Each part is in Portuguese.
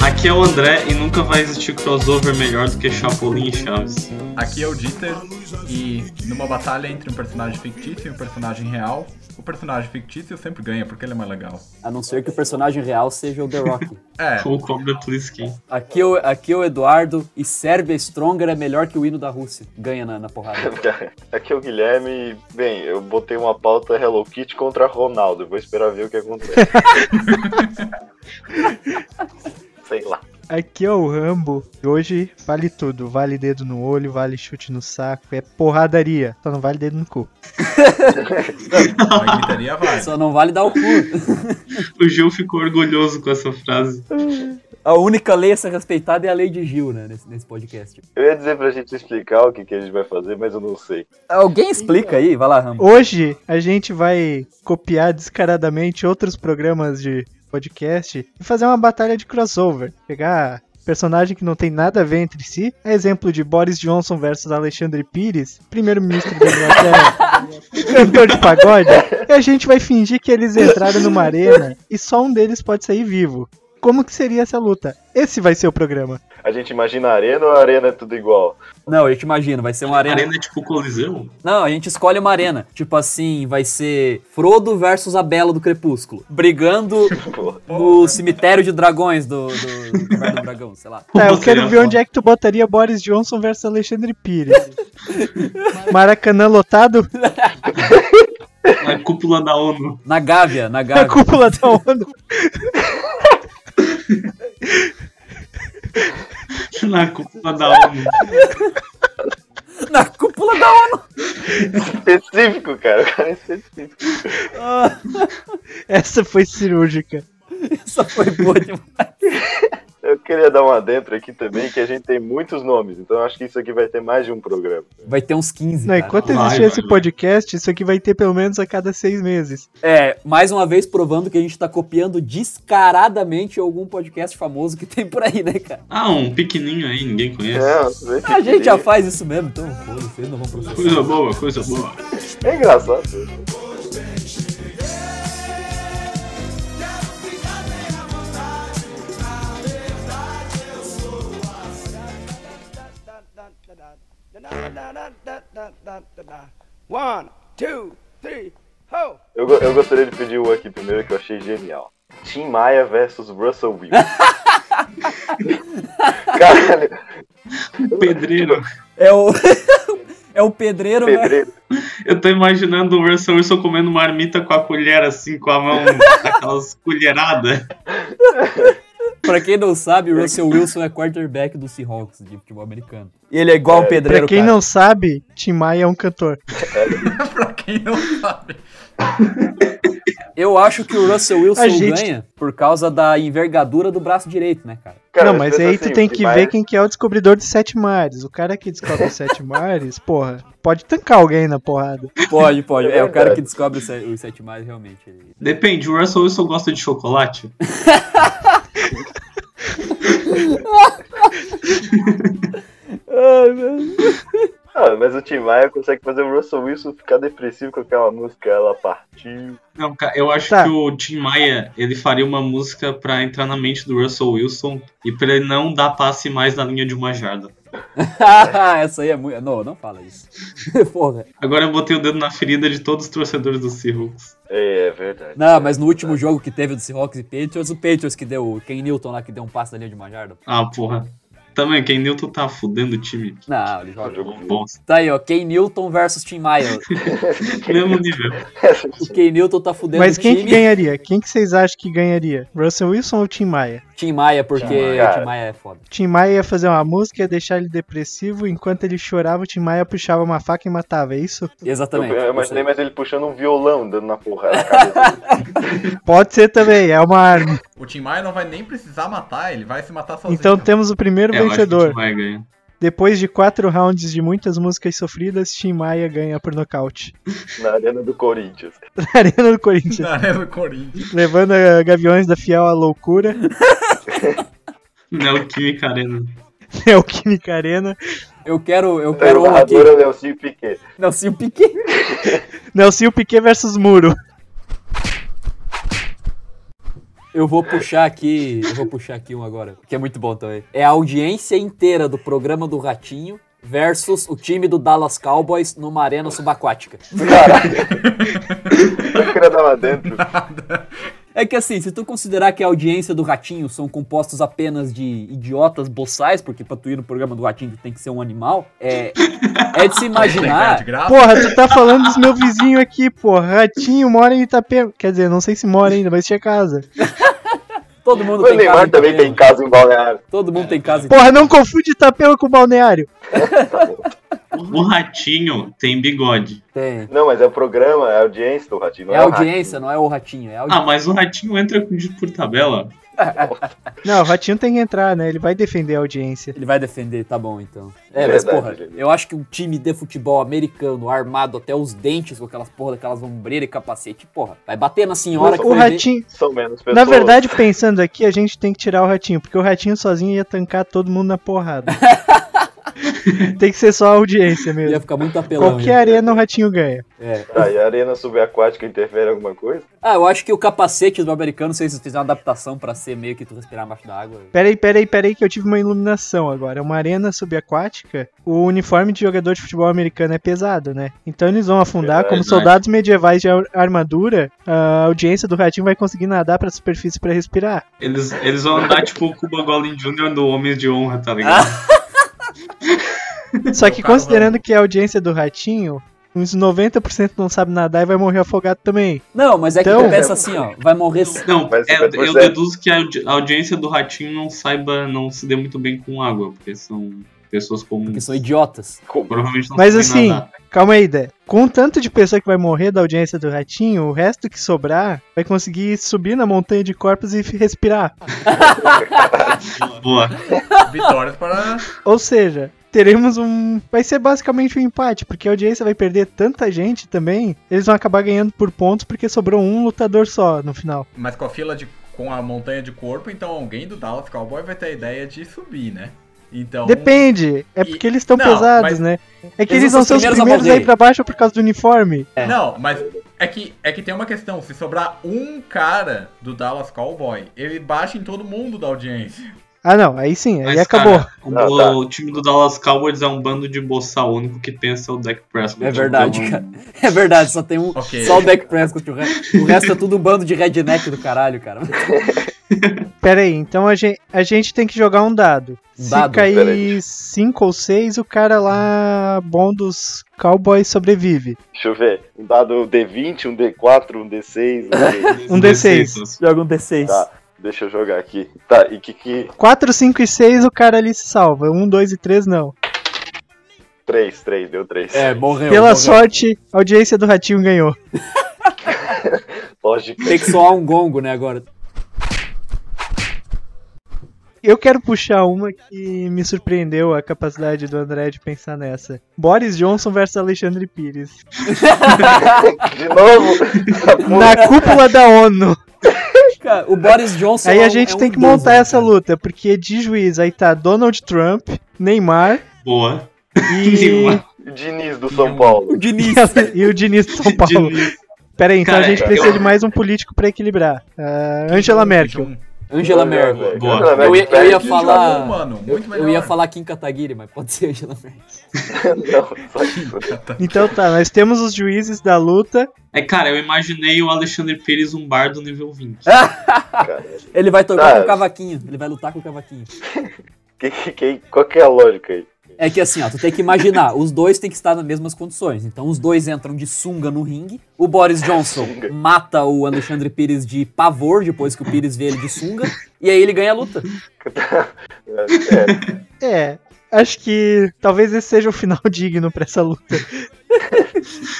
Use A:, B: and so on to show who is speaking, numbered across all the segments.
A: Aqui é o André e nunca vai existir crossover melhor do que Chapolin e Chaves.
B: Aqui é o Dieter e numa batalha entre um personagem fictício e um personagem real, o personagem fictício sempre ganha porque ele é mais legal.
C: A não ser que o personagem real seja o The Rock.
B: É,
A: Ou Cobra Pliskin.
C: Aqui é, o, aqui é o Eduardo e Sérvia Stronger é melhor que o hino da Rússia. Ganha na, na porrada.
D: Aqui é o Guilherme. e, Bem, eu botei uma pauta Hello Kitty contra Ronaldo. Vou esperar ver o que acontece. Sei lá.
E: Aqui é o Rambo e hoje vale tudo. Vale dedo no olho, vale chute no saco, é porradaria. Só não vale dedo no cu.
B: a gritaria vai.
C: Só não vale dar o cu.
A: O Gil ficou orgulhoso com essa frase.
C: A única lei a ser respeitada é a lei de Gil, né? Nesse, nesse podcast.
D: Eu ia dizer pra gente explicar o que, que a gente vai fazer, mas eu não sei.
C: Alguém explica aí? Vai lá, Rambo.
E: Hoje a gente vai copiar descaradamente outros programas de podcast e fazer uma batalha de crossover. Pegar personagem que não tem nada a ver entre si. É exemplo de Boris Johnson versus Alexandre Pires, primeiro-ministro da Inglaterra, cantor de pagode. E a gente vai fingir que eles entraram numa arena e só um deles pode sair vivo. Como que seria essa luta? Esse vai ser o programa.
D: A gente imagina a arena ou a arena é tudo igual?
C: Não, eu te imagino, vai ser uma arena.
A: Arena é tipo Coliseu?
C: Não, a gente escolhe uma arena. Tipo assim, vai ser Frodo versus a Bela do Crepúsculo. Brigando
D: Pô,
C: no cemitério de dragões do, do, do Caverna do Dragão, sei lá.
E: Tá, eu
A: Você
E: quero
A: ia
E: ver
A: falar.
E: onde é que tu botaria Boris Johnson versus Alexandre Pires. Maracanã lotado?
A: Na cúpula da ONU.
C: Na Gávea, na
E: A
C: Gávea.
E: cúpula da ONU.
A: Na cúpula da ONU.
C: Na cúpula da ONU.
D: específico, cara. O cara é específico.
C: Ah,
E: Essa foi cirúrgica.
C: essa foi boa demais.
D: Eu queria dar uma dentro aqui também, que a gente tem muitos nomes, então eu acho que isso aqui vai ter mais de um programa.
C: Vai ter uns 15.
E: Não,
C: cara.
E: enquanto
A: Vai,
E: existir
A: vai,
E: esse
A: vai.
E: podcast, isso aqui vai ter pelo menos a cada seis meses.
C: É, mais uma vez provando que a gente tá copiando descaradamente algum podcast famoso que tem por aí, né, cara?
A: Ah, um pequenininho aí, ninguém conhece.
D: É, você
C: A gente já
D: queria.
C: faz isso mesmo, então foda-se, vocês não vão processar.
A: Coisa boa, coisa boa.
D: É engraçado.
F: One, two, three, ho!
D: Eu, go- eu gostaria de pedir um aqui primeiro que eu achei genial. Tim Maia versus Russell Wilson. Caralho,
A: Pedreiro.
C: É o. é o pedreiro, né?
D: pedreiro.
A: Eu tô imaginando o Russell Wilson comendo marmita com a colher assim, com a mão, aquelas colheradas.
C: Pra quem não sabe, o Russell Wilson é quarterback do Seahawks de futebol americano. E ele é igual o pedreiro,
E: pra quem
C: cara.
E: não sabe, Tim Maia é um cantor.
B: pra quem não sabe.
C: Eu acho que o Russell Wilson
E: A gente-
C: ganha por causa da envergadura do braço direito, né, cara?
D: Cara,
E: não, mas
D: pensa
E: aí
D: assim,
E: tu tem
D: o Tim
E: que
D: Maia-
E: ver quem que é o descobridor dos sete mares. O cara que descobre os sete mares, porra, pode tancar alguém na porrada.
C: Pode, pode. É, o
D: verdade.
C: cara que descobre os se- os sete mais realmente. ele-
A: Depende, o Russell Wilson gosta de chocolate?
D: Ah, mas o Tim Maia consegue fazer o Russell Wilson ficar depressivo com aquela música Ela Partiu.
A: Não, cara, eu acho
E: Tá.
A: que o Tim Maia, ele faria uma música pra entrar na mente do Russell Wilson e pra ele não dar passe mais na linha de uma jarda.
C: Essa aí é muito. Não, não fala isso. Porra.
A: Agora eu botei o dedo na ferida de todos os torcedores do Seahawks.
D: É, é verdade.
C: Não, mas no último jogo que teve do Seahawks e Patriots, o Patriots que deu o Ken Newton lá que deu um passe da linha de uma jarda.
A: Ah, porra. Também, Ken Newton tá fudendo o time.
C: Não, ele
D: O
C: joga.
D: jogo
A: Bosta.
C: Tá aí, ó. Ken Newton versus Tim Maia.
A: Mesmo nível.
C: O Ken Newton tá fudendo
E: Mas
C: o
E: quem
C: time.
E: que ganharia? Quem que vocês acham que ganharia? Russell Wilson ou Tim Maia?
C: Tim Maia, porque
D: Maia.
C: o Tim Maia é foda.
E: Tim Maia ia fazer uma música, ia deixar ele depressivo, enquanto ele chorava, o Tim Maia puxava uma faca e matava, é isso?
D: Eu,
C: Exatamente.
D: eu imaginei mais ele puxando um violão, dando na porrada na cabeça.
E: Pode ser também, é uma arma.
B: O Tim Maia não vai nem precisar matar, ele vai se matar sozinho.
E: Então temos o primeiro
A: É, eu acho que o Tim
E: vencedor.
A: Maia ganha.
E: Depois de quatro rounds de muitas músicas sofridas, Tim Maia ganha por nocaute.
D: na arena do Corinthians.
E: Na Arena do Corinthians,
B: Na Arena do Corinthians.
E: levando a Gaviões da Fiel à loucura,
A: Neoquímica Arena.
E: é o Química Arena,
C: Eu quero, eu
D: Então,
C: quero um
D: o
C: aqui.
D: narrador é o Nelson Piquet.
C: Não, se o Piquet.
E: Nelson Piquet versus Muro.
C: Eu vou puxar aqui, eu vou puxar aqui um agora, que é muito bom também. É a audiência inteira do programa do Ratinho versus o time do Dallas Cowboys numa arena subaquática.
D: Caralho. Eu queria dar lá dentro.
C: É que assim, se tu considerar que a audiência do Ratinho são compostos apenas de idiotas boçais, porque pra tu ir no programa do Ratinho tu tem que ser um animal, é, é de se imaginar.
E: Porra, tu tá falando dos meu vizinho aqui, porra. Ratinho mora em Itapema. Quer dizer, não sei se mora ainda, mas tinha casa.
C: Todo mundo
D: O
C: tem né? casa.
D: Neymar
C: em
D: também tem
C: Itapema.
D: casa em Balneário.
C: Todo mundo tem casa. em
E: Porra, não confunde Itapema com balneário.
A: O ratinho tem bigode.
C: Tem.
D: Não, mas é o programa, é a audiência do Ratinho. Não
C: É
D: é,
C: a
D: o Ratinho.
C: audiência, não é o ratinho. É a
A: Ah,
C: audiência.
A: mas o ratinho entra com- de- por tabela.
E: Não, o Ratinho tem que entrar, né? Ele vai defender a audiência.
C: Ele vai defender, tá bom então. É, mas
D: Verdade,
C: porra,
D: Julinho.
C: eu acho que um time de futebol americano armado até os dentes com aquelas porra daquelas ombreiras e capacete, porra, vai bater na senhora que
E: O
C: vai ver-
E: Ratinho.
D: São menos pessoas.
E: Na verdade, pensando aqui, a gente tem que tirar o ratinho, porque o ratinho sozinho ia tancar todo mundo na porrada. tem que ser só a audiência
C: ia
E: mesmo.
C: ficar muito apelão.
E: Qualquer
C: hein?
E: arena o ratinho ganha.
C: É.
D: Ah, e a arena subaquática interfere em alguma coisa?
C: Ah, eu acho que o capacete do americano, se eles fizeram uma adaptação pra ser meio que tu respirar abaixo da água.
E: Peraí, peraí, peraí, que eu tive uma iluminação agora. É uma arena subaquática. O uniforme de jogador de futebol americano é pesado, né? Então eles vão afundar como
A: Verdade.
E: soldados medievais de ar- armadura. A audiência do ratinho vai conseguir nadar pra superfície pra respirar.
A: Eles, eles vão andar tipo o Cuba Golden Jr. do Homem de Honra, tá ligado?
E: Só que
B: cara
E: considerando que é a audiência do ratinho, uns 90% não sabe nadar e vai morrer afogado também.
C: Não, mas é que
E: Então-
C: tu pensa assim, ó, vai morrer. c-
A: Não,
D: Mas
A: é, eu
D: 50%.
A: deduzo que a audi- a audiência do ratinho não saiba, não se dê muito bem com água, porque são pessoas
C: Porque
A: comuns.
C: são idiotas.
A: Provavelmente não
E: Mas
A: sabem
E: assim,
A: nadar.
E: calma aí, Dé. Com o tanto de pessoa que vai morrer da audiência do ratinho, o resto que sobrar vai conseguir subir na montanha de corpos e respirar.
A: Boa.
B: Vitórias para.
E: Ou seja, teremos um. Vai ser basicamente um empate, porque a audiência vai perder tanta gente também, eles vão acabar ganhando por pontos porque sobrou um lutador só no final.
B: Mas com a fila de. com a montanha de corpo, então alguém do Dallas Cowboy vai ter a ideia de subir, né? Então.
E: Depende, é
B: E-
E: porque eles estão
B: Não,
E: pesados,
B: mas
E: né? É que
C: eles
E: eles
C: vão
E: vão
C: ser
E: ser
C: os
E: os
C: primeiros a
E: primeiros aí
C: morrer.
E: pra baixo por causa do uniforme.
B: Não, mas é que, é que tem uma questão. Se sobrar um cara do Dallas Cowboy, ele baixa em todo mundo da audiência.
E: Ah, não, aí sim, aí
A: Mas,
E: acabou.
A: cara, o,
D: Ah, tá.
A: o time do Dallas Cowboys é um bando de boçal único que pensa o Dak Prescott.
C: É verdade,
A: Então,
C: cara. É verdade, só tem um.
B: Ok.
C: Só o Dak Prescott, o resto, o resto é tudo um bando de redneck do caralho, cara.
E: Pera aí, então a gente, a gente tem que jogar um dado.
C: Dado,
E: Se cair
D: peraí.
E: 5 ou 6, o cara lá bom dos Cowboys sobrevive.
D: Deixa eu ver. Um dado D20, um D4, um D6.
A: Então,
D: Um D...
E: Um D6.
C: Joga um D6.
D: tá, deixa eu jogar aqui. Tá, e que que.
E: 4, 5 e 6, o cara ali se salva. 1, 2 e 3, não.
D: 3, 3, deu 3.
C: É, morreu.
E: Pela
C: morreu.
E: sorte, a audiência do Ratinho ganhou.
D: Lógico.
C: Tem que soar um gongo, né, agora.
E: Eu quero puxar uma que me surpreendeu a capacidade do André de pensar nessa. Boris Johnson versus Alexandre Pires.
D: De novo.
E: Na cúpula da ONU.
C: Cara, o Boris Johnson.
E: Aí
C: é
E: a
C: um-
E: gente
C: é um
E: tem que
C: deus,
E: montar
C: né,
E: essa
C: cara?
E: luta, porque de juiz aí tá Donald Trump, Neymar
A: Boa.
E: e,
D: Diniz do São Paulo.
C: O Diniz.
E: e o Diniz de São Paulo.
A: Diniz.
E: Pera aí, então
A: Cara,
E: a gente
A: eu-
E: precisa de mais um político pra equilibrar. Ah, Angela
B: Tipo,
E: Merkel.
B: um
C: Angela Merkel.
A: Boa.
D: Angela
C: Eu ia, eu ia
D: Merkel.
C: falar.
B: jogou, um mano, muito
C: eu, eu ia
B: melhor.
C: falar Kim Kataguiri, mas pode ser Angela Merkel.
D: Não, só isso.
E: Então tá, nós temos os juízes da luta.
A: É, cara, eu imaginei o Alexandre Pires um bar do nível 20.
C: Ele vai tocar
D: Tá.
C: com o cavaquinho. Ele vai lutar com o cavaquinho.
D: Que- que- que- Qual que é a lógica aí?
C: É que assim, ó, tu tem que imaginar, os dois têm que estar nas mesmas condições. Então os dois entram de sunga no ringue. O Boris Johnson mata o Alexandre Pires de pavor depois que o Pires vê ele de sunga. E aí ele ganha a luta.
D: É,
E: É, acho que talvez esse seja o final digno pra essa luta.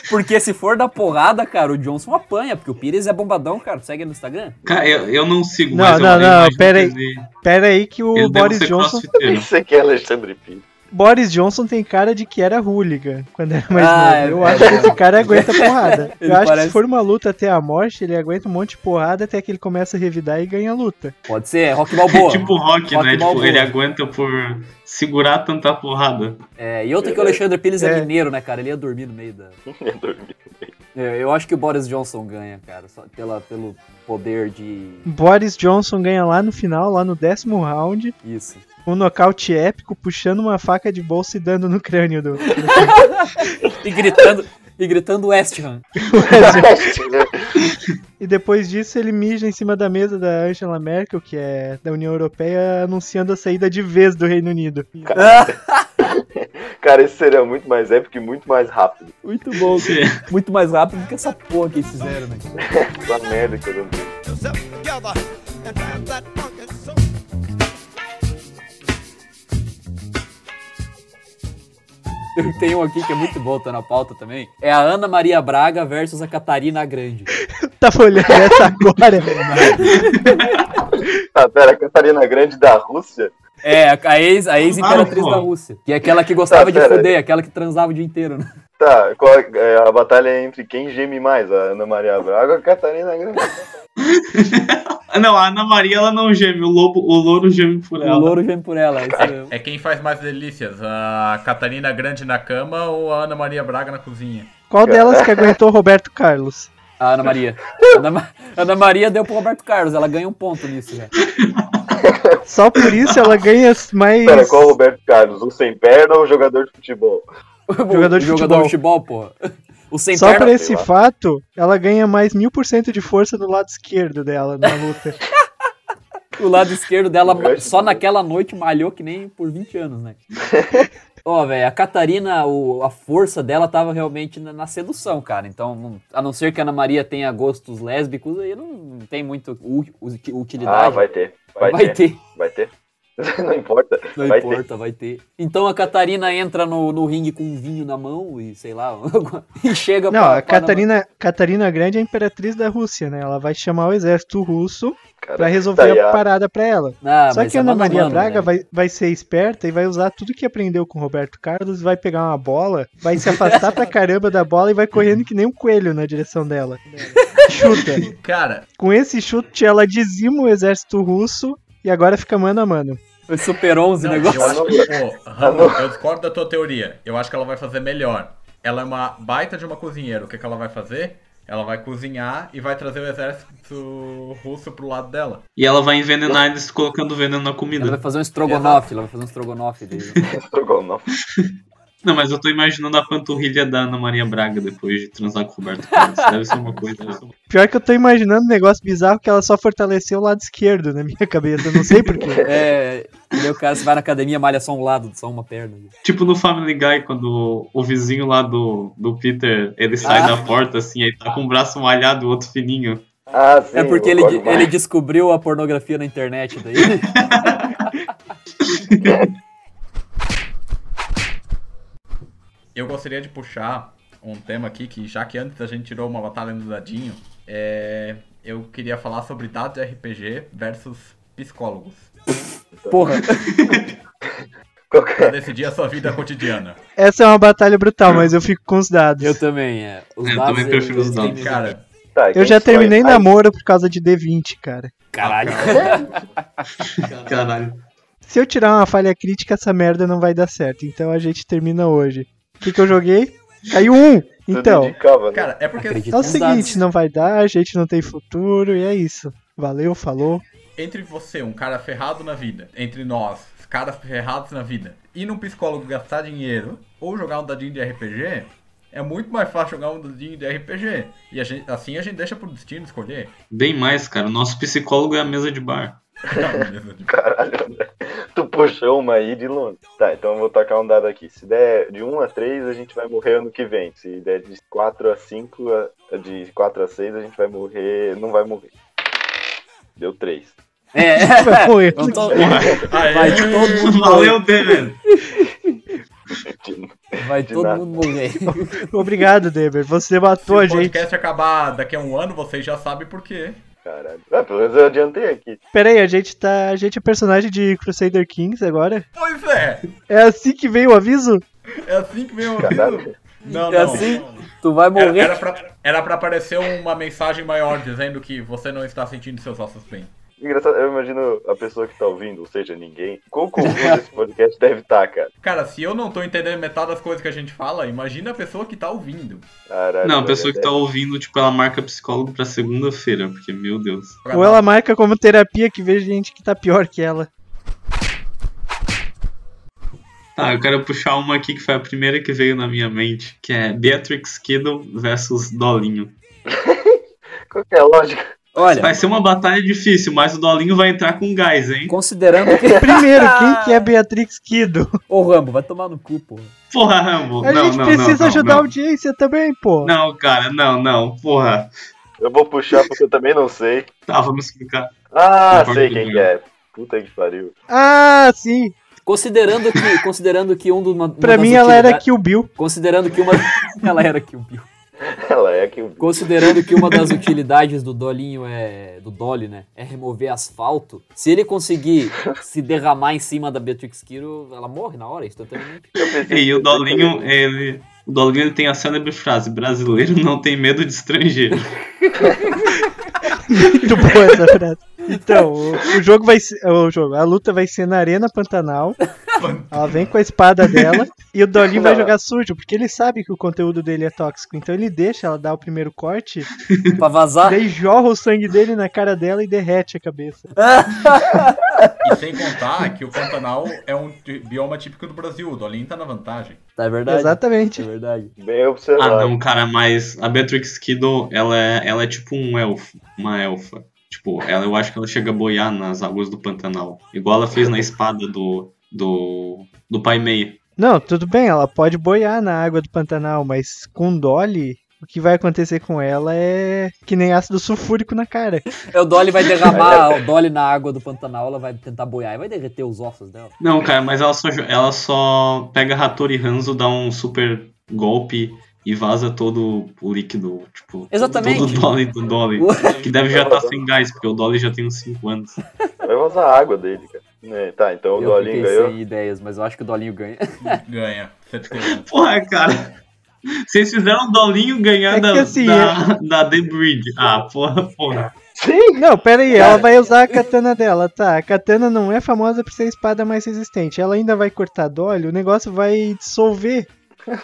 C: Porque se for da porrada, cara, o Johnson apanha, porque o Pires é bombadão, cara. Segue ele no Instagram.
A: Cara, eu, eu não sigo
E: Não,
A: mais. eu-
E: não,
A: eu
E: não,
A: imagino que
E: pera aí.
A: Ele,
E: Pera aí que o
A: ele um deve
E: Boris
A: ser
E: Johnson.
D: é.
A: crossfiteiro.
D: Isso aqui é Alexandre Pires.
E: Boris Johnson tem cara de que era hooligan quando era mais
C: Ah, é
E: novo. Eu acho que esse cara aguenta porrada.
C: Ele
E: Eu acho que
C: parece-
E: se for uma luta até a morte, ele aguenta um monte de porrada até que ele começa a revidar e ganha a luta.
C: Pode ser, é Rock Balboa.
A: Tipo rock,
C: Rock
A: né? Tipo,
C: Balboa.
A: ele aguenta por segurar tanta porrada.
C: É, e outra que o Alexandre Pires é,
E: É.
C: mineiro, né, cara? Ele ia dormir no meio da.
D: Ia dormir.
C: É, eu acho que o Boris Johnson ganha, cara, só pela, pelo poder de.
E: Boris Johnson ganha lá no final, lá no décimo round,
C: Isso.
E: um nocaute épico, puxando uma faca de bolsa e dando no crânio do.
C: E gritando, e gritando West Ham.
E: e depois disso ele mija em cima da mesa da Angela Merkel, que é da União Europeia, anunciando a saída de vez do Reino Unido.
D: Cara, isso seria muito mais épico e muito mais rápido.
C: Muito bom,
A: Sim.
C: Muito mais rápido que essa porra que eles fizeram, né?
D: Da merda que eu lembrei.
F: yourself together and have that funky soul.
C: Eu tenho um aqui que é muito bom, tá na pauta também. É a Ana Maria Braga versus a Catarina Grande.
E: Tava olhando Tá essa agora.
D: Ah, pera, Catarina Grande da Rússia?
C: É, a- a ex- a ex-imperatriz
A: Ah, pô.
C: da Rússia. Que é aquela que gostava
D: Ah,
C: de
D: pera.
C: foder, aquela que transava o dia inteiro, né?
D: Tá, qual é- é, a batalha é entre quem geme mais, a Ana Maria Braga ou a Catarina Grande?
A: Ah, Não, a Ana Maria ela não geme, o lobo, o louro geme por ela.
C: O louro vem por ela. isso mesmo.
B: É quem faz mais delícias, a Catarina Grande na cama ou a Ana Maria Braga na cozinha?
E: Qual delas que aguentou o Roberto Carlos?
C: A Ana Maria. Ana, Ma- Ana Maria deu pro Roberto Carlos, ela ganha um ponto nisso já.
E: Só por isso ela ganha mais.
D: Pera, qual é o Roberto Carlos? O sem perna ou o jogador de futebol?
E: Jogador de
C: O jogador de futebol, pô. O sem
E: Só por
C: perna.
E: esse fato, ela ganha mais mil por cento de força do lado esquerdo dela na luta.
C: O lado esquerdo dela
D: Eu acho
C: só
D: que-
C: naquela noite malhou que nem por 20 anos, né? Ó, velho, a Catarina, o- a força dela tava realmente na, na sedução, cara. Então, não- a não ser que a Ana Maria tenha gostos lésbicos, aí não, não tem muito u- uti- utilidade.
D: Ah, vai ter. Vai,
C: Vai
D: ter.
C: ter.
D: Vai ter. Não importa.
C: Não
D: vai ter.
C: importa, vai ter. Então a Catarina entra no, no ringue com um vinho na mão e sei lá, e chega
E: Não,
C: pra-
E: a
C: pra Ana
E: Catarina, Catarina Grande é a imperatriz da Rússia, né? Ela vai chamar o exército russo
D: Cara,
E: pra resolver
D: tá, e
E: a parada pra ela.
C: Ma- Ah,
E: Só
C: mas
E: que
C: é
E: a Ana
C: mano a
E: Maria
C: mano,
E: Braga
C: né?
E: vai, vai ser esperta e vai usar tudo que aprendeu com o Roberto Carlos, vai pegar uma bola, vai se afastar pra caramba da bola e vai correndo que nem um coelho na direção dela. Chuta.
B: Cara,
E: Com esse chute, ela dizima o exército russo e agora fica mano a mano.
C: Foi Super 11
B: não,
C: negócio.
B: eu acho que, pô, Ramon, eu discordo da tua teoria. Eu acho que ela vai fazer melhor. Ela é uma baita de uma cozinheira. O que, que ela vai fazer? Ela vai cozinhar e vai trazer o exército russo pro lado dela.
A: E ela vai envenenar eles colocando veneno na comida.
C: Ela vai fazer um estrogonofe, ela vai fazer um estrogonofe dele.
D: estrogonofe.
A: Não, mas eu tô imaginando a panturrilha da Ana Maria Braga depois de transar com o Roberto Carlos. Deve ser uma coisa. deve ser uma-
E: Pior que eu tô imaginando um negócio bizarro que ela só fortaleceu o lado esquerdo na minha cabeça, eu não sei porquê.
C: É, e daí o cara se vai na academia malha só um lado, só uma perna.
A: Tipo no Family Guy, quando o vizinho lá do, do Peter, ele sai
C: Ah.
A: da porta assim, aí tá com o braço malhado, o outro fininho.
D: Ah, sim.
C: é porque
D: eu
C: ele,
D: gosto mais.
C: ele descobriu a pornografia na internet daí.
B: Eu gostaria de puxar um tema aqui que, já que antes a gente tirou uma batalha no dadinho, é, eu queria falar sobre dados de RPG versus psicólogos.
C: Porra,
D: Qual que
B: Pra
D: é?
B: decidir a sua vida cotidiana.
E: Essa é uma batalha brutal, mas eu fico com os dados.
C: eu também, é. Os
A: Eu
C: dados,
A: também prefiro
C: eles
A: os
C: têm
A: dados.
C: mesmo.
B: Cara,
D: Tá, e
E: Eu
D: quem
E: já
D: destrói
E: terminei
D: mais?
E: namoro por causa de D20, cara.
C: Caralho.
A: Caralho.
E: Se eu tirar uma falha crítica, essa merda não vai dar certo. Então a gente termina hoje. O que, que eu joguei? Caiu um!
D: Tudo
E: Então,
D: indicava, né?
B: cara, é porque
C: Acredito.
E: é o
C: Os dados.
E: seguinte, não vai dar, a gente não tem futuro, e é isso. Valeu, falou.
B: entre você, um cara ferrado na vida, entre nós, os caras ferrados na vida, ir num psicólogo gastar dinheiro ou jogar um dadinho de RPG, é muito mais fácil jogar um dadinho de RPG. E a gente- assim a gente deixa pro destino escolher.
A: Bem mais, cara. O nosso psicólogo é a mesa de bar.
B: Não, beleza.
D: Caralho, André. Tu puxou uma aí de longe. Tá, então eu vou tacar um dado aqui. Se der de 1 a 3, a gente vai morrer ano que vem. Se der de 4 a 5, a- de 4 a 6, a gente vai morrer. Não vai morrer. Deu 3.
C: É,
E: Foi.
C: eu tô-
B: Aê!
C: vai todo mundo morrer.
A: Valeu, Demen!
C: Vai
D: de
C: todo
D: nada.
C: mundo morrer.
E: Obrigado, Deber. Você
B: Se
E: matou a
B: o
E: gente.
B: podcast acabar daqui a um ano, vocês já sabem por quê.
D: Caralho. Ah, pelo menos eu adiantei aqui.
E: Pera aí, a gente tá. A gente é personagem de Crusader Kings agora?
B: Pois é!
E: É assim que veio o aviso?
B: É assim que vem o
D: Caralho.
B: aviso. Não,
C: É
B: não.
C: assim, tu vai
B: Era,
C: morrer.
B: era, pra, era pra aparecer uma mensagem maior dizendo que você não está sentindo seus ossos bem.
D: Engraçado, eu imagino a pessoa que tá ouvindo, ou seja, ninguém. Quão confuso esse podcast deve estar, cara.
B: Cara, se eu não tô entendendo metade das coisas que a gente fala, imagina a pessoa que tá ouvindo.
D: Caralho,
A: Não, a
D: velho, é
A: pessoa que
D: deve-
A: tá ouvindo, tipo, ela marca psicólogo pra segunda-feira, porque, meu Deus.
E: Ou ela marca como terapia que vê gente que tá pior que ela.
A: Tá, eu quero puxar uma aqui que foi a primeira que veio na minha mente, que é Beatrix Kiddo versus Dolinho.
D: Qual que é a lógica?
C: Olha,
A: Vai ser uma batalha difícil, mas o Dolinho vai entrar com gás, hein?
C: considerando que.
E: Primeiro, quem que é Beatrix Kido?
C: Ô, Rambo, vai tomar no cu, pô.
A: Porra, Rambo.
E: A
A: não,
E: gente
A: não,
E: precisa
A: não, não,
E: ajudar a
A: não.
E: audiência também, pô.
A: Não, cara, não, não. Porra.
D: Eu vou puxar porque eu também não sei.
A: Tá, vamos explicar.
D: Ah,
A: Concordo
D: sei quem
A: com
D: que é. Puta que pariu.
E: Ah, sim.
C: Considerando que, considerando que um do, uma, uma
E: Pra
C: das
E: mim ela era
C: utilidades-
E: Kill Bill.
C: Considerando que um uma. ela era Kill Bill.
D: Ela é que
C: Considerando que uma das utilidades do dolinho é. do Dolly, né? É remover asfalto. Se ele conseguir se derramar em cima da Beatrix Kiro, ela morre na hora, instantaneamente.
D: eu pensei.
A: E o Dolinho, ele. O Dolinho ele tem a célebre frase: brasileiro não tem medo de estrangeiro.
E: Muito boa essa frase. Então, o, o jogo vai ser. O jogo, a luta vai ser na Arena Pantanal. Ela vem com a espada dela e o Dolinho vai
D: Não.
E: jogar sujo, porque ele sabe que o conteúdo dele é tóxico. Então ele deixa ela dar o primeiro corte,
C: Pra vazar.
E: daí jorra o sangue dele na cara dela e derrete a cabeça.
B: E sem contar que o Pantanal é um ti- bioma típico do Brasil, o Dolinho tá na vantagem.
C: Tá é verdade. É
E: Exatamente.
C: verdade.
D: Bem
A: Ah,
D: observado.
A: não, cara, mas a Beatrix Kiddo, ela é, ela é tipo um elfo, uma elfa. Tipo, ela, eu acho que ela chega a boiar nas águas do Pantanal. Igual ela fez na espada do. do. do Pai Meia.
E: Não, tudo bem, ela pode boiar na água do Pantanal, mas com Dolly, o que vai acontecer com ela é que nem ácido sulfúrico na cara.
C: É, O Dolly vai derramar o Dolly na água do Pantanal, ela vai tentar boiar e vai derreter os ossos dela.
A: Não, cara, mas ela só, jo- ela só pega Hattori Hanzo, dá um super golpe e vaza todo o líquido, tipo.
C: Exatamente.
A: Todo o Dolly do Dolly.
C: Ué.
A: Que deve já estar sem gás, porque o Dolly já tem uns 5 anos.
D: Vai vazar a água dele, cara. É, tá, então o
C: Eu
D: Dolinho
C: fiquei
D: ganhou.
C: sem ideias, mas eu acho que o Dolinho ganha.
B: Ganha, certeza.
A: Porra, cara. Vocês fizeram o Dolinho ganhar
E: É que
A: da,
E: assim,
A: da, da The Breed. Ah, porra, porra.
D: Sim!
E: Não, pera aí, ela vai usar a katana dela, tá? A katana não é famosa por ser a espada mais resistente. Ela ainda vai cortar Dolly, o negócio vai dissolver.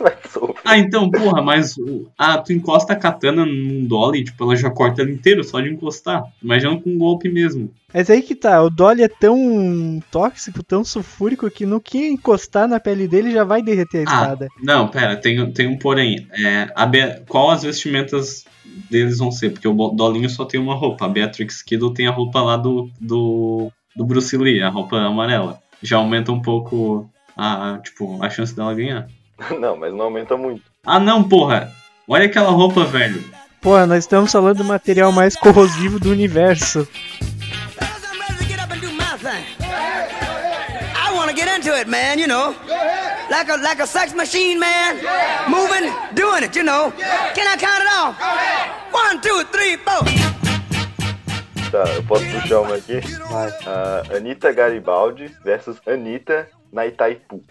D: Vai soltar.
A: Ah, então, porra, mas o- ah, tu encosta a katana num Dolly, tipo, ela já corta ela inteira só de encostar. Imagina com um golpe mesmo.
E: Mas aí que tá, o Dolly é tão tóxico, tão sulfúrico, que no que encostar na pele dele já vai derreter a
A: Ah.
E: espada.
A: Não, pera, tem, tem um porém. É, a Be- qual as vestimentas deles vão ser? Porque o Bo- Dolinho só tem uma roupa. A Beatrix Kiddo tem a roupa lá do, do, do Bruce Lee, a roupa amarela. Já aumenta um pouco a, tipo, a chance dela ganhar.
D: Não, mas não aumenta muito.
A: Ah, não, porra! Olha aquela roupa, velho.
E: Porra, nós estamos falando do material mais corrosivo do universo.
F: Fellas, I'm ready to get up and do my thing. I want to get into it, man, you know. Like a like a sex machine, man. Moving, doing it, you know. Can I count it off? One, two, three, four.
D: Tá, eu posso puxar uma aqui?
C: Vai.
D: A Anitta Garibaldi versus Anitta na Itaipu.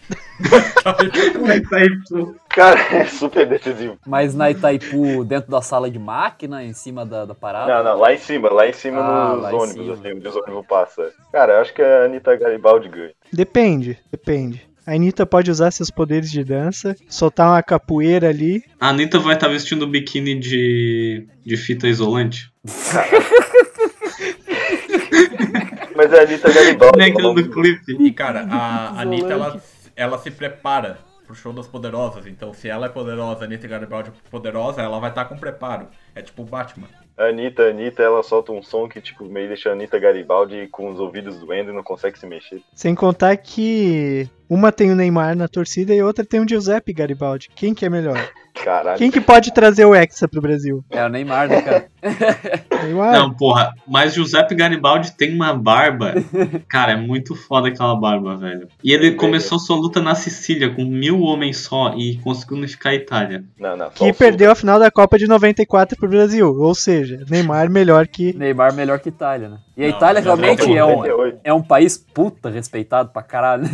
D: Cara, é super decisivo.
C: Mas na Itaipu, dentro da sala de máquina, em cima da, da parada.
D: Não, não, lá em cima, lá em cima
C: Tá Ah,
D: nos
C: lá em
D: ônibus,
C: cima.
D: assim, onde os ônibus passam. Cara, eu acho que a Anitta Garibaldi ganha.
E: Depende, depende. A Anitta pode usar seus poderes de dança, soltar uma capoeira ali.
A: A Anitta vai estar vestindo um biquíni de, de fita isolante.
D: Mas a Anitta Garibaldi.
A: Não é
D: ela
A: aquela
D: não-
A: do clipe.
B: E cara, a Anitta ela, ela se prepara pro show das poderosas, então se ela é poderosa, a Anitta Garibaldi é poderosa, ela vai estar com preparo. É tipo o Batman.
D: A Anitta, a Anitta, ela solta um som que, tipo, meio deixa a Anitta Garibaldi com os ouvidos doendo e não consegue se mexer.
E: Sem contar que uma tem o Neymar na torcida e outra tem o Giuseppe Garibaldi. Quem que é melhor?
D: Caralho.
E: Quem que pode trazer o Hexa pro Brasil?
C: É o Neymar, né, cara?
E: Neymar?
A: Não, porra, mas Giuseppe Garibaldi tem uma barba. Cara, é muito foda aquela barba, velho. E ele começou sua luta na Sicília com mil homens só e conseguiu unificar a Itália.
D: Não, não, só
E: que
D: o som.
E: perdeu a final da Copa de 94 pro Brasil. Ou seja, Neymar melhor que.
C: Neymar melhor que Itália, né? E a
B: Não,
C: Itália
B: não,
C: realmente
B: não,
C: é um,
D: 98.
C: é um país puta respeitado pra caralho.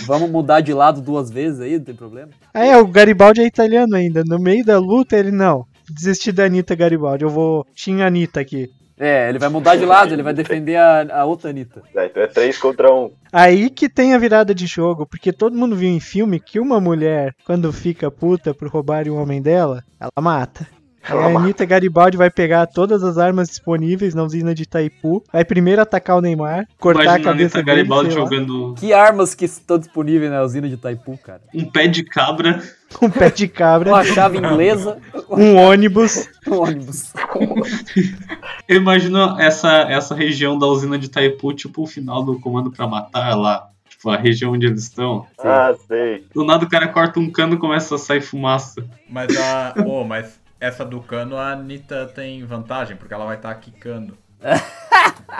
C: Vamos mudar de lado duas vezes aí, não tem problema.
E: Ah, é, o Garibaldi é italiano ainda. No meio da luta, ele não. Desisti da Anitta Garibaldi. Eu vou. Tinha Anitta aqui.
C: É, ele vai mudar de lado, ele vai defender a, a outra Anitta.
D: Tá, então é 3 contra 1. Um.
E: Aí que tem a virada de jogo, porque todo mundo viu em filme que uma mulher, quando fica puta por roubar um homem dela, ela mata. Aí
D: Ela
E: a
D: mata.
E: Anitta Garibaldi vai pegar todas as armas disponíveis na usina de Itaipu, vai primeiro atacar o Neymar, cortar
A: Imagina
E: a
A: a Anitta
E: cabeça dele,
A: Garibaldi
E: sei lá,
A: jogando
C: Que armas que estão disponíveis na usina de Taipu, cara?
A: um pé de cabra.
E: com um pé de cabra,
C: Uma chave inglesa,
E: um ônibus.
C: um ônibus.
A: Eu imagino essa, essa região da usina de Taipu, tipo o final do Comando pra Matar lá. Tipo, a região onde eles estão.
D: Ah, sei.
A: Do nada o cara corta um cano e começa a sair fumaça.
B: Mas a. Ô, mas essa do cano a Anitta tem vantagem, porque ela vai estar quicando.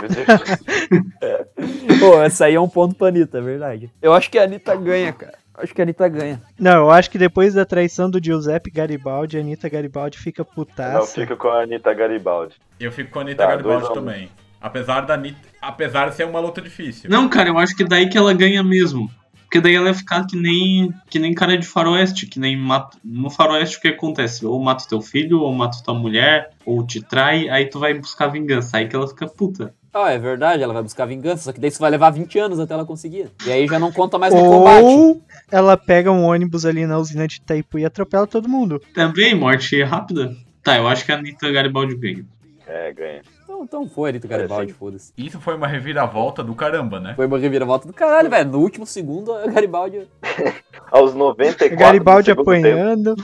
D: Meu Deus.
C: Pô, essa aí é um ponto pra Anitta, é verdade. Eu acho que a Anitta ganha, cara. Acho que a Anitta ganha.
E: Não, eu acho que depois da traição do Giuseppe Garibaldi, a Anitta Garibaldi fica
A: Ah,
D: Não,
E: putaça.
D: fica com a Anitta Garibaldi.
B: Eu fico com a Anitta
D: Tá,
B: Garibaldi
D: dois a um.
B: também. Apesar da Anitta. Apesar de ser uma luta difícil.
A: Não, cara, eu acho que daí que ela ganha mesmo. Porque daí ela ia ficar que nem, que nem cara de faroeste, que nem mata. No faroeste o que acontece? Ou mata o teu filho, ou mata tua mulher, ou te trai, aí tu vai buscar vingança. Aí que ela fica puta.
C: Ah, é verdade, ela vai buscar vingança, só que daí isso vai levar 20 anos até ela conseguir. E aí já não conta mais no combate.
E: Ou ela pega um ônibus ali na usina de Itaipu e atropela todo mundo.
A: Também, morte rápida. Tá, eu acho que a Anitta Garibaldi ganha.
D: É, ganha.
C: Então, então foi a Anitta Garibaldi,
D: Sim.
C: foda-se.
B: Isso foi uma reviravolta do caramba, né?
C: Foi uma reviravolta do caralho, velho. No último segundo, a Garibaldi.
D: Aos 94 do
E: Garibaldi
D: segundo tempo.
E: apanhando.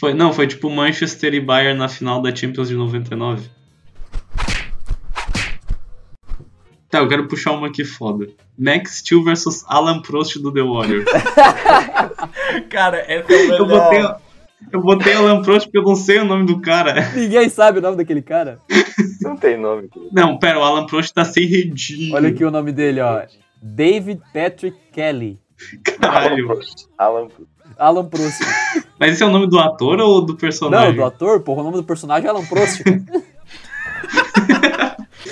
A: Foi, não, foi tipo Manchester e Bayern na final da Champions de 99. Tá, eu quero puxar uma aqui foda. Max Steel versus Alan Prost do The Warrior.
B: Cara, essa é
A: Eu
B: o
A: botei,
B: melhor.
A: eu botei Alan Prost porque eu não sei o nome do cara.
C: Ninguém sabe o nome daquele cara.
D: Não tem nome. querido.
A: Não, pera, o Alan Prost tá sem redinho.
C: Olha aqui o nome dele, ó. David Patrick Kelly.
D: Alan
A: Caralho.
D: Prost. Alan Prost.
C: Alan Proust.
A: Mas esse é o nome do ator ou do
C: Não,
A: personagem?
C: do ator, porra, o nome do personagem é Alan Prost. cara.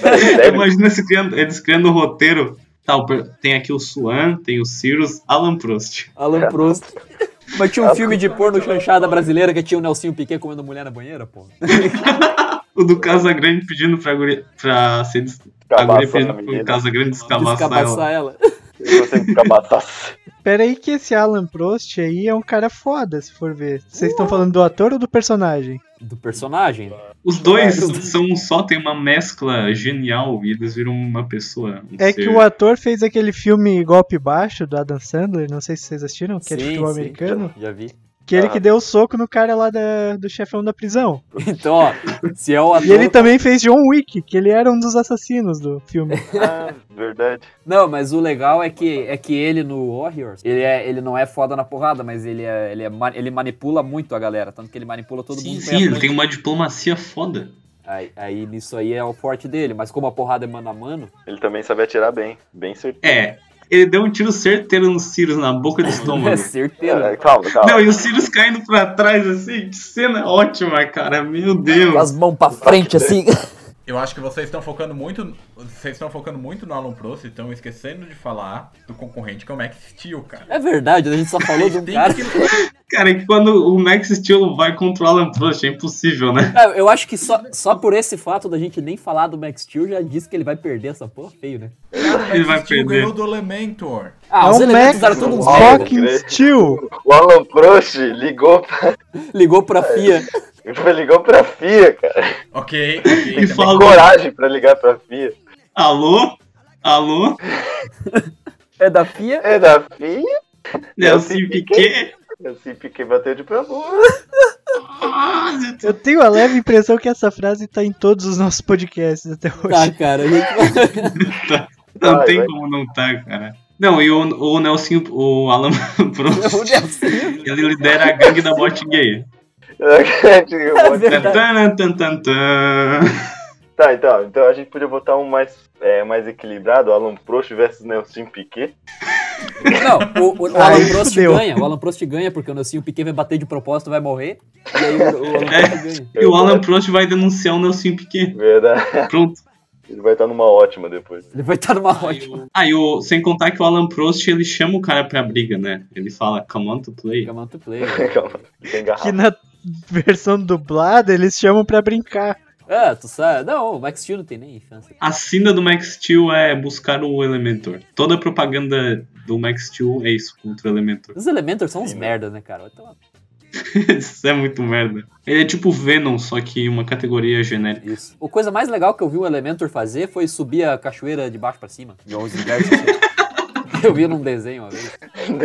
C: é
A: Eu
D: Sério?
A: imagino esse criando- eles criando o roteiro. Tá, o per- tem aqui o Swan, tem o Cyrus, Alan Prost.
C: Alan Prost. Mas tinha um filme de porno chanchada brasileira que tinha o Nelsinho Piquet comendo mulher na banheira, porra.
A: O do Casagrande pedindo pra, guri, pra ser des- a guria
D: Cabaça na
A: pedindo pro
D: menina.
A: Casagrande descabaçar ela.
E: né,
C: Descabaçar ela.
D: Eu consigo descabaçar.
E: Pera aí que esse Alan Prost aí é um cara foda, se for ver. Vocês
C: Uh.
E: estão falando do ator ou do personagem?
C: Do personagem.
A: Os dois
C: Descabaçar.
A: são um só, tem uma mescla genial e eles viram uma pessoa. um
E: É
A: ser.
E: que o ator fez aquele filme Golpe Baixo, do Adam Sandler, não sei se vocês assistiram, que é de
C: Sim,
E: futebol
C: sim.
E: americano.
C: Já vi.
E: Que ele que
D: Ah.
E: deu o soco no cara lá da- do chefão da prisão.
C: Então, ó, se é o ator.
E: E ele tá- também fez John Wick, que ele era um dos assassinos do filme.
D: Ah, verdade.
C: Não, mas o legal é que, é que ele no Warriors, ele, é, ele não é foda na porrada, mas ele, é, ele, é ma- ele manipula muito a galera. Tanto que ele manipula todo
A: Sim,
C: mundo.
A: sim, ele
C: perto,
A: tem
C: né?
A: uma diplomacia foda.
C: aí, aí nisso aí é o forte dele, mas como a porrada é mano a mano,
D: Ele também sabe atirar bem. Bem certeiro.
A: É, ele deu um tiro certeiro no Sirius na boca do estômago.
C: é certeiro.
D: Ah, calma, calma.
A: Não, e o Sirius caindo pra trás, assim, que cena ótima, cara, meu
C: Com
A: Deus.
C: as mãos pra frente assim.
B: Eu acho que vocês estão focando muito. Vocês estão focando muito no Alan Prost e estão esquecendo de falar do concorrente que é o Max Steel, cara.
C: É verdade, a gente só falou de um
B: Tem
C: cara.
B: que-
A: Cara, é que quando o Max Steel vai contra o Alan Prost, é impossível, né?
C: Ah, Eu acho que só, só por esse fato da gente nem falar do Max Steel já disse que ele vai perder essa porra feio, né?
A: Ele
B: O
A: vai
B: Max Steel
A: perder.
B: ganhou do Elementor.
C: Ah,
E: é
C: os
E: um Max
C: elementos eram todos uns
D: Rock.
C: merda.
E: fucking Steel.
D: O Alan Prost ligou pra,
C: Ligou pra FIA.
D: ligou pra FIA, cara.
B: Ok, ok.
A: E
B: também.
A: falou,
D: Coragem pra ligar pra FIA.
A: alô? Alô?
C: É da FIA?
D: É da FIA?
A: Nelson Piquet?
D: Assim, Piquet bateu de pra
A: Ah,
E: Eu tenho a leve impressão que essa frase tá em todos os nossos podcasts até
C: Tá,
E: hoje.
C: cara. a gente-
A: não
D: Vai,
A: tem
D: vai.
A: como não tá, cara. Não, e o, o Nelson, o Alan
C: O
A: Prost,
D: é
C: Nelson.
A: ele lidera a gangue da bote gay. Tan, tan, tan, tan, tan.
D: Tá, então, então a gente podia botar um mais, é, mais equilibrado, Alan Prost versus Nelson Piquet.
C: Não, o, o- o
E: Aí
C: Alan Prost
E: fudeu.
C: ganha. O Alan Prost ganha porque o Nelson Piquet vai bater de propósito, vai morrer. E aí o, o Alan
B: É.
C: Prost ganha.
A: E o Alan Prost vai denunciar o Nelson Piquet.
D: Verdade.
A: Pronto.
D: Ele vai estar numa ótima depois.
C: Ele vai estar numa ótima.
A: Ah, e o, sem contar que o Alan Prost ele chama o cara pra briga, né? Ele fala, come on to play.
C: Come on to play.
D: Calma, fica
C: Tá.
E: Que
D: engarrado.
E: na versão dublada eles chamam pra brincar.
C: Ah, tu sabe. Não, o Max Steel não tem nem chance.
A: A sina do Max Steel é buscar o Elementor. Toda a propaganda do Max Steel é isso, contra o Elementor.
C: Os Elementors são uns merda, né, cara? Vai tomar-
A: isso é muito merda. Ele é tipo Venom, só que uma categoria genérica.
C: Isso. A coisa mais legal que eu vi o Elementor fazer foi subir a cachoeira de baixo pra cima.
G: De 11 em 10 segundos.
C: Eu vi num desenho uma vez.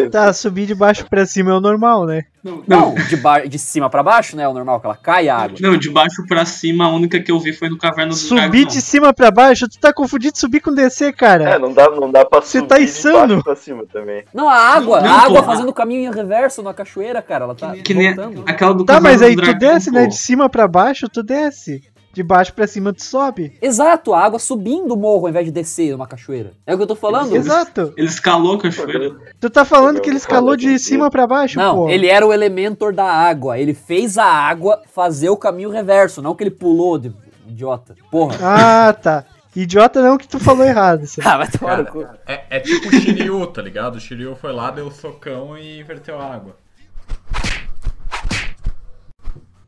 E: Tá, subir de baixo pra cima é o normal, né?
A: Não, não,
C: Não, de, ba- de cima pra baixo, né? É o normal que ela cai a água.
A: de baixo pra cima, a única que eu vi foi no Caverna do
E: Subir de
A: Dragão.
E: cima pra baixo, tu tá confundido subir com descer,
D: É,
E: cara.
D: não dá, não dá pra
E: Você
D: subir
E: tá
D: de
E: insano?
D: baixo pra cima também.
C: Não, a água,
A: Não,
C: a água
A: porra.
C: fazendo o caminho em reverso na cachoeira, cara. Ela tá
A: Que nem
C: voltando.
A: aquela do
E: Tá,
A: Caverna
E: mas
A: do
E: aí tu
D: é,
A: Dragão,
E: desce, né?
A: pô.
E: De cima pra baixo, tu desce. De baixo pra cima, tu sobe.
C: Exato, a água subindo o morro ao invés de descer numa cachoeira. É o que eu tô falando?
E: Exato.
A: Ele escalou a cachoeira.
E: Tu tá falando que ele
D: Eu
E: escalou
D: falo
E: de
D: que-
E: cima pra baixo,
C: Não,
E: pô.
C: ele era o Elementor da água. Ele fez a água fazer o caminho reverso, não que ele pulou de idiota. Porra.
E: Ah, tá. Idiota não que tu falou errado. sabe?
C: Ah, vai tomar no
B: Cara,
C: cu.
B: É, é tipo o Shiryu, tá ligado? O Shiryu foi lá, deu socão e inverteu a água.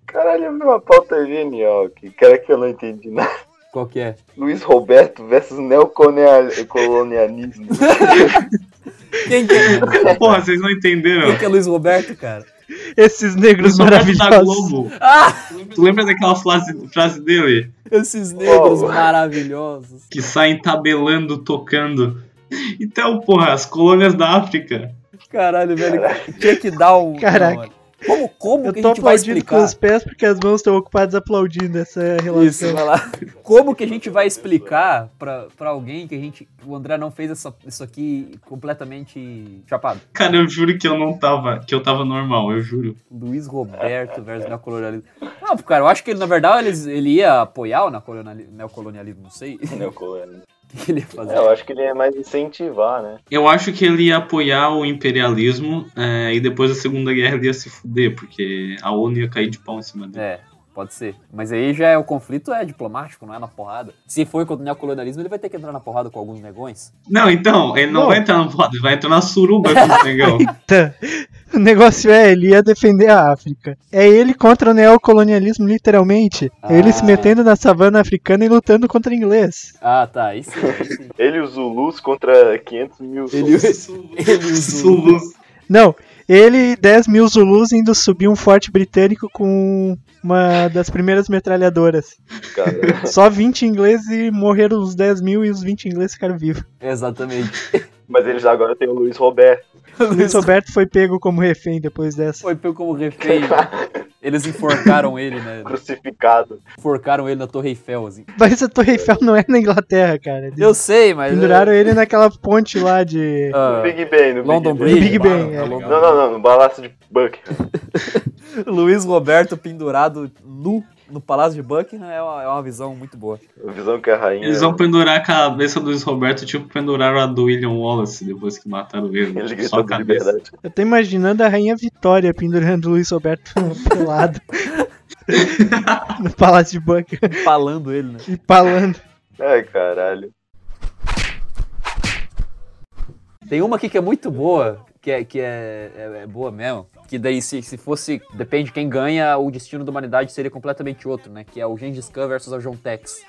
D: Caralho, eu vi uma pauta genial aqui. Cara que eu não entendi nada.
C: Qual que é?
D: Luiz Roberto versus neocolonialismo.
C: Quem que é,
A: Porra, vocês não
C: quem
A: entenderam.
C: que é Luiz Roberto, cara?
E: Esses
A: Ele
E: negros
A: só perto da
E: maravilhosos.
A: Globo.
C: Ah,
A: Tu lembra daquela frase, frase dele?
C: esses negros
D: Oh.
C: maravilhosos.
A: Que saem tabelando, tocando. Então, porra, as colônias da África.
C: Caralho, velho. Tinha que dar um.
E: Caraca.
C: Não, Como, como
E: Eu
C: que a
E: tô
C: gente vai
E: aplaudindo com
C: explicar?
E: os pés porque as né? mãos estão ocupadas aplaudindo essa relação.
C: Isso, vai lá. Como que a gente vai explicar pra, pra alguém que a gente. O André não fez essa- isso aqui completamente chapado?
A: Cara, eu juro que eu não tava, que eu tava normal, eu juro.
C: Luiz Roberto versus neocolonialismo. Não, cara, eu acho que ele, na verdade ele, ele ia apoiar o neocoloniali- neocolonialismo, não sei o
D: Neocolonialismo.
C: que ele ia
D: É,
C: fazer.
D: eu acho que ele é mais incentivar, né?
A: Eu acho que ele ia apoiar o imperialismo é, e depois da Segunda Guerra ele ia se fuder, porque a ONU ia cair de pau em cima dele.
C: É, pode ser. Mas aí já é o conflito é diplomático, não é na porrada. Se for contra o neocolonialismo, ele vai ter que entrar na porrada com alguns negões.
A: Não, então, ele não,
E: Não.
A: vai entrar na porrada, ele vai entrar na suruba com o negão.
E: Tá. O negócio é, ele ia defender a África. É ele contra o neocolonialismo, literalmente. É ele se
C: Ah.
E: metendo na savana africana e lutando contra o inglês.
C: Ah, tá. Aí sim, aí sim.
D: Ele e os Zulus contra 500 mil
C: Ele-
D: Zulus.
C: Ele usou.
A: Sulu.
E: Não, ele e 10 mil Zulus indo subir um forte britânico com uma das primeiras metralhadoras.
D: cara.
E: Só 20 ingleses e morreram os 10 mil e os 20 ingleses ficaram vivos.
C: Exatamente.
D: Mas eles agora têm o Luiz Roberto.
E: Luiz Roberto foi pego como refém depois dessa.
C: Foi pego como refém. Eles enforcaram ele, né?
D: Crucificado.
C: Enforcaram ele na Torre Eiffel, assim.
E: Mas a Torre Eiffel não é na Inglaterra, cara. Eles
C: Eu sei, mas.
E: penduraram ele naquela ponte lá de...
D: No
C: Ah,
D: Big Ben, no
C: London
D: Big Ben.
C: Bridge.
E: Big
C: claro,
E: Ben,
C: tá
E: é.
C: London
D: Não, não, não, no Palácio de Buckingham.
C: Luiz Roberto pendurado nu no Palácio de Buckingham é uma, é uma visão muito boa.
D: A visão que é a rainha.
A: Eles vão pendurar a cabeça do Luiz Roberto, tipo penduraram a do William Wallace depois que mataram ele.
D: Ele
A: Só
D: gritou
A: a
D: de
A: cabeça.
D: liberdade.
E: Eu tô imaginando a Rainha Vitória pendurando o Luiz Roberto pro lado. no Palácio de Buckingham
C: Falando ele, né?
E: e falando.
D: Ai, caralho.
C: Tem uma aqui que é muito boa, que é, que é, é- é boa mesmo. Que daí, se, se fosse. Depende de quem ganha, o destino da humanidade seria completamente outro, né? Que é o Gengis Khan versus a John Tex.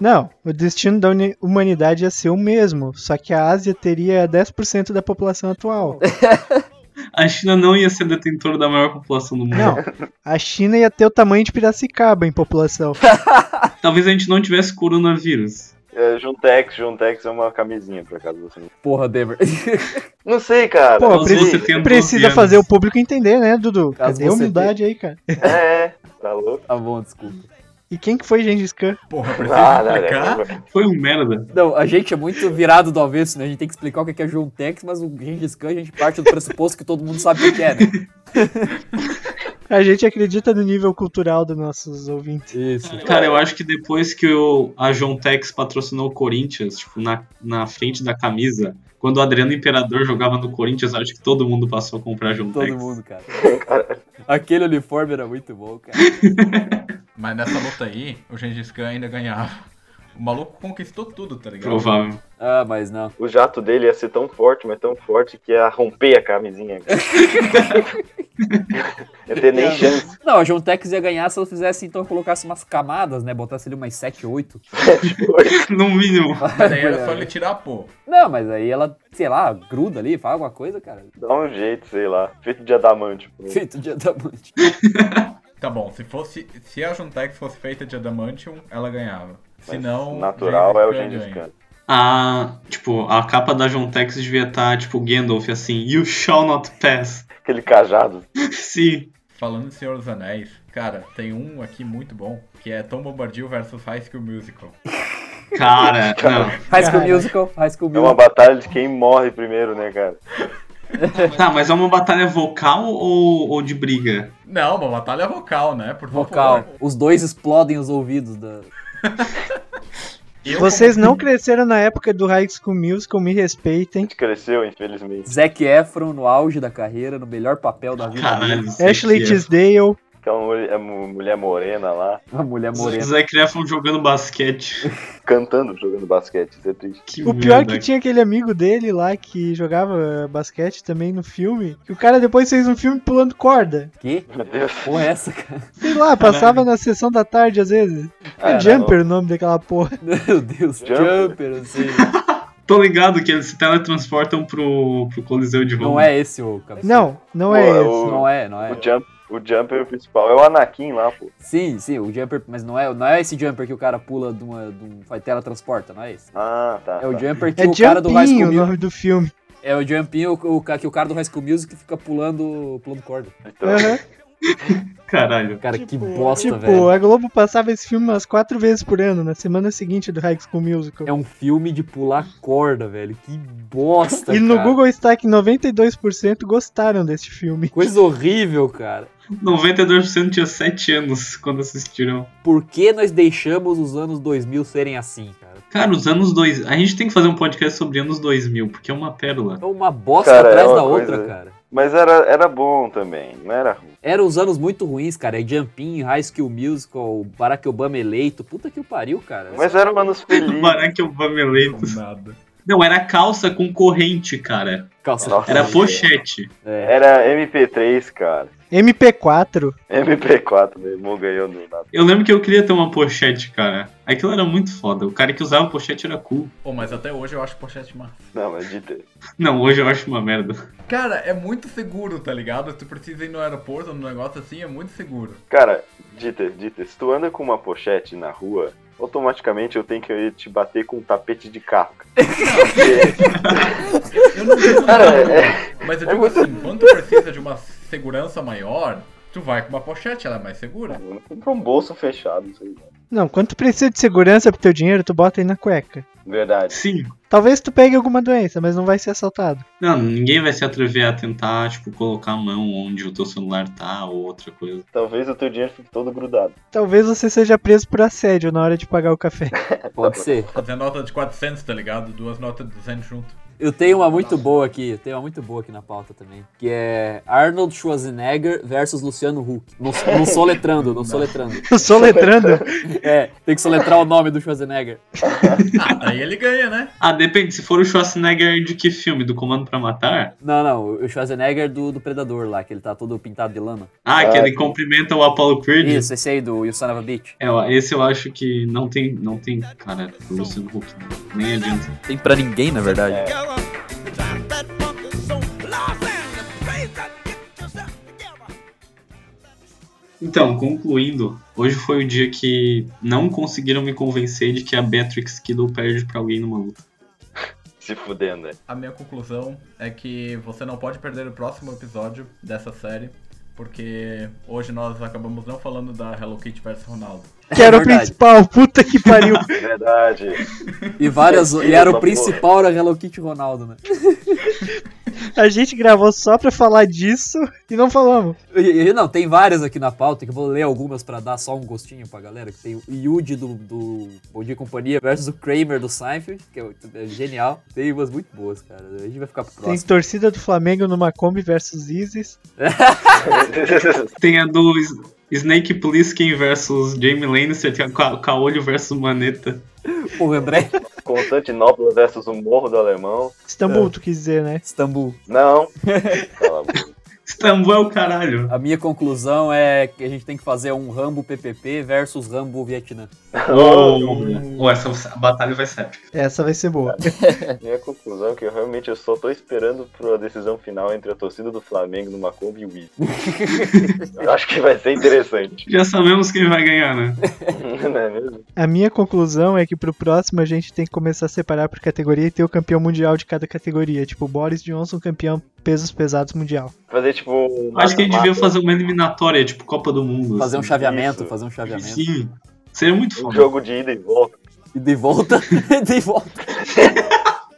E: Não, o destino da uni- humanidade ia ser o mesmo, só que a Ásia teria 10% da população atual.
A: A China não ia ser detentora da maior população do mundo.
E: Não, a China ia ter o tamanho de Piracicaba em população.
A: Talvez a gente não tivesse coronavírus.
D: É, Juntex, Juntex é uma camisinha, por acaso. Você não...
C: Porra, Dever.
D: não sei, cara.
E: Pô,
D: não
A: Talvez
E: preci-
A: você
D: sei.
A: tenha 12
E: Precisa
A: anos.
E: fazer o público entender, né, Dudu?
C: um Caso
E: Cadê a
C: você
E: humildade aí, cara?
D: É, é. Tá louco?
C: tá bom, desculpa.
E: E quem que foi Gengis Khan?
B: Porra,
D: Ah,
B: precisa
D: não,
B: explicar?
D: não, é.
A: Foi um merda.
C: Não, a gente é muito virado do avesso, né? A gente tem que explicar o que é a John Tex, mas o Gengis Khan a gente parte do pressuposto que todo mundo sabe o que é, né?
E: A gente acredita no nível cultural dos nossos ouvintes.
C: Isso.
A: Cara, eu acho que depois que o, a Jontex patrocinou o Corinthians, tipo, na, na frente da camisa, quando o Adriano Imperador jogava no Corinthians, acho que todo mundo passou a comprar a Jontex.
C: Todo mundo, cara. Aquele uniforme era muito bom, cara.
B: Mas nessa luta aí, o Gengis Khan ainda ganhava. O maluco conquistou tudo, tá ligado?
A: Provável.
C: Ah, mas não.
D: O jato dele ia ser tão forte, mas tão forte que ia romper a camisinha. cara. Não tem nem chance.
C: Não, a João Tex ia ganhar se ela fizesse, então, colocasse umas camadas, né? Botasse ali umas 7, 8.
A: No mínimo.
B: Mas aí era só ele tirar pô.
C: Não, mas aí ela, sei lá, gruda ali, faz alguma coisa, cara.
D: Dá um jeito, sei lá. Feito de adamante. pô.
C: Feito de adamante.
B: Tá bom, se fosse. Se a Juntex fosse feita de Adamantium, ela ganhava. Se
D: Mas
B: não.
D: Natural é o
B: Gengis
D: Gengis Khan.
A: A, tipo, a capa da Jontex devia estar, tipo, Gandalf, assim, You shall not pass.
D: Aquele cajado. É
A: Sim.
B: Falando em Senhor dos Anéis, cara, tem um aqui muito bom, que é Tom Bombadil versus High School Musical.
A: Cara, não.
C: High School
E: Cara.
C: Musical, High School
D: É uma
C: Musical.
D: batalha de quem morre primeiro, né, cara?
A: Tá, mas é uma batalha vocal ou, ou de briga?
B: Não, uma batalha vocal, né? Por favor.
C: Vocal. Os dois explodem os ouvidos da.
B: Eu,
E: Vocês não cresceram na época do High School Musical, me respeitem.
D: A gente cresceu, infelizmente.
C: Zac Efron no auge da carreira, no melhor papel da vida. dele.
A: Caralho. é
E: Ashley Tisdale,
D: Aquela mulher, a mu- mulher morena lá,
C: Uma mulher morena.
A: Zé Crefton jogando basquete.
D: cantando, jogando basquete. Isso é triste.
A: Que
E: O pior é
A: merda.
E: que tinha aquele amigo dele lá que jogava basquete também no filme. E o cara depois fez um filme pulando corda.
C: Que?
D: Meu Deus.
C: Porra, é essa, cara?
E: Sei lá, passava na sessão da tarde às vezes.
C: Ah,
D: Cara,
E: É Jumper o nome daquela porra.
C: Meu Deus.
D: Jumper.
C: Jumper, assim.
A: Tô ligado que eles se teletransportam pro, pro Coliseu de Roma.
C: Não é esse o capítulo.
E: Não, não é
D: Pô, é
E: esse.
D: o-
C: Não é, não
D: O,
C: é.
D: jump, o Jumper principal é o Anakin lá, pô.
C: Sim, sim, o jumper, mas não é, não é esse jumper que o cara pula de uma, de um, faz teletransporta, não é esse?
D: Ah, tá.
C: É o
D: tá.
C: jumper que
E: É
C: o cara do High
E: Jumpinho
C: School
E: o
C: Music,
E: nome do filme.
C: é o jumpinho o, o, ca- que o cara do High School Music fica pulando, pulando corda.
D: Então,
E: Aham.
A: Caralho.
C: Cara, que bosta,
E: tipo,
C: velho.
E: a Globo passava esse filme umas quatro vezes por ano, na semana seguinte do High School Musical.
C: É um filme de pular corda, velho. Que bosta,
E: E no
C: cara.
E: Google está que 92% gostaram deste filme.
C: Coisa horrível, cara.
A: 92% tinha 7 anos quando assistiram.
C: Por que nós deixamos os anos 2000 serem assim, cara?
A: Cara, os anos 2000. A gente tem que fazer um podcast sobre anos 2000, porque é uma pérola.
C: É uma bosta
D: Cara, é
C: atrás
D: uma
C: da
D: coisa-
C: outra, cara.
D: Mas era, era bom também, não era ruim.
C: Eram os anos muito ruins, cara. É Jumping, High School Musical, Barack Obama eleito. Puta que o pariu, cara.
D: Mas eram anos felizes.
A: Barack Obama eleito.
B: Nada.
A: Não, era calça com corrente, cara.
C: Calça
D: Nossa.
A: Era
D: Sim.
A: pochete.
C: É.
D: Era MP3, cara.
E: MP4.
D: MP4, meu irmão ganhou no nada.
A: Eu lembro que eu queria ter uma pochete, cara. Aquilo era muito foda. O cara que usava pochete era cool.
B: Pô, mas até hoje eu acho pochete massa.
D: Não, mas de ter.
A: Não, hoje eu acho uma merda.
B: Cara, é muito seguro, tá ligado? Se tu precisa ir no aeroporto, num negócio assim, é muito seguro.
D: Cara, Dieter, Dieter, se tu anda com uma pochete na rua, automaticamente eu tenho que te bater com um tapete de carro. cara. Porque,
B: Eu não digo
D: cara,
B: nada,
D: é,
B: mas eu
D: é
B: digo
D: muito-
B: assim, quando tu precisa de uma segurança maior, tu vai com uma pochete, ela é mais segura.
D: compra um bolso fechado, né? sei lá.
E: Não, quando tu precisa de segurança pro teu dinheiro, tu bota aí na cueca.
D: Verdade.
A: Sim.
E: Talvez tu pegue alguma doença, mas não vai ser assaltado.
A: Não, ninguém vai se atrever a tentar, tipo, colocar a mão onde o teu celular tá ou outra coisa.
D: Talvez o teu dinheiro fique todo grudado.
E: Talvez você seja preso por assédio na hora de pagar o café.
C: É, Pode ser.
B: Fazer nota de 400, tá ligado? Duas notas de 200 junto.
C: Eu tenho uma muito boa aqui, eu tenho uma muito boa aqui na pauta também, que é Arnold Schwarzenegger versus Luciano Huck. Não, não soletrando, não soletrando.
E: Eu sou letrando.
C: É, tem que soletrar o nome do Schwarzenegger.
B: Ah, daí ele ganha, né?
A: Ah, depende. Se for o Schwarzenegger de que filme? Do Comando pra Matar?
C: Não, não, o Schwarzenegger do, do Predador lá, que ele tá todo pintado de lama.
A: Ah,
D: Ah,
A: que ele
D: sim.
A: cumprimenta o Apollo Creed?
C: Isso, esse aí do You Son of a Bitch.
A: É, ó, esse eu acho que não tem, não tem, cara, do Luciano Huck. Nem adianta.
C: Tem pra ninguém, na verdade.
A: Então, concluindo, hoje foi o dia que não conseguiram me convencer de que a Beatrix Kiddo perde pra alguém numa luta.
D: Se fudendo, né?
B: A minha conclusão é que você não pode perder o próximo episódio dessa série, porque hoje nós acabamos não falando da Hello Kitty versus Ronaldo.
E: Que era o
C: É Verdade.
E: principal, puta que pariu.
D: Verdade.
C: E várias. E era o
D: Essa
C: principal, era Hello Kitty Ronaldo, né?
E: A gente gravou só pra falar disso e não falamos.
C: E- e- não, tem várias aqui na pauta, que eu vou ler algumas pra dar só um gostinho pra galera, que tem o Yuji do, do Bom Dia e Companhia versus o Kramer do Seinfeld, que é, o- é genial. Tem umas muito boas, cara. A gente vai ficar pro
E: Tem
C: próximo.
E: torcida do Flamengo numa Kombi versus Isis.
A: Tem a do S- Snake Plissken versus Jamie Lannister, tem a Ca- Caolho versus Maneta.
C: Porra, André.
D: Constantinopla versus o Morro do Alemão.
C: É.
E: Istambul, tu quis dizer, né?
C: Istambul.
D: Não. Cala a boca.
A: Istambul é o caralho.
C: A minha conclusão é que a gente tem que fazer um Rambo PPP versus Rambo Vietnã.
A: Ou essa é batalha vai ser épica.
E: Essa vai ser boa.
D: Minha conclusão é que eu realmente eu só tô esperando pra decisão final entre a torcida do Flamengo no Macomb e o Will. eu acho que vai ser interessante.
A: Já sabemos quem vai ganhar, né?
D: Não é mesmo?
E: A minha conclusão é que pro próximo a gente tem que começar a separar por categoria e ter o campeão mundial de cada categoria. Tipo, Boris Johnson, campeão pesos pesados mundial.
D: Fazer tipo um.
A: Acho que a gente devia
D: mata-mata.
A: fazer uma eliminatória, tipo Copa do Mundo.
C: Fazer um
A: assim.
C: chaveamento,
D: isso.
C: fazer um chaveamento.
A: Sim. Seria muito
D: Um
A: foda.
D: jogo de ida e volta.
C: E de volta, de volta.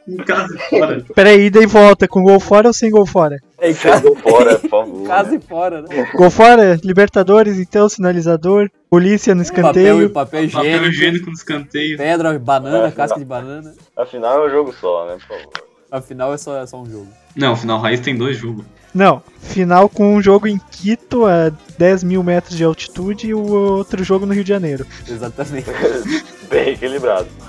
A: Em casa e fora.
E: Peraí, ida e volta, com gol fora ou sem gol fora?
C: É em
D: Vocês
C: casa,
D: vão fora, por favor.
C: em casa
D: né?
C: e fora, né?
E: Gol fora, Libertadores, então, sinalizador, polícia no
C: Papel, e
E: escanteio.
C: papel
A: Papel
C: higiênico,
A: higiênico no escanteio.
C: pedra, banana,
D: Ah,
C: casca de banana.
D: Afinal é um jogo só, né? Por favor.
C: Afinal, é só, é só um jogo.
A: Não, final raiz tem dois jogos.
E: Não, final com um jogo em Quito, a 10 mil metros de altitude, e o outro jogo no Rio de Janeiro.
C: Exatamente.
D: Bem equilibrado.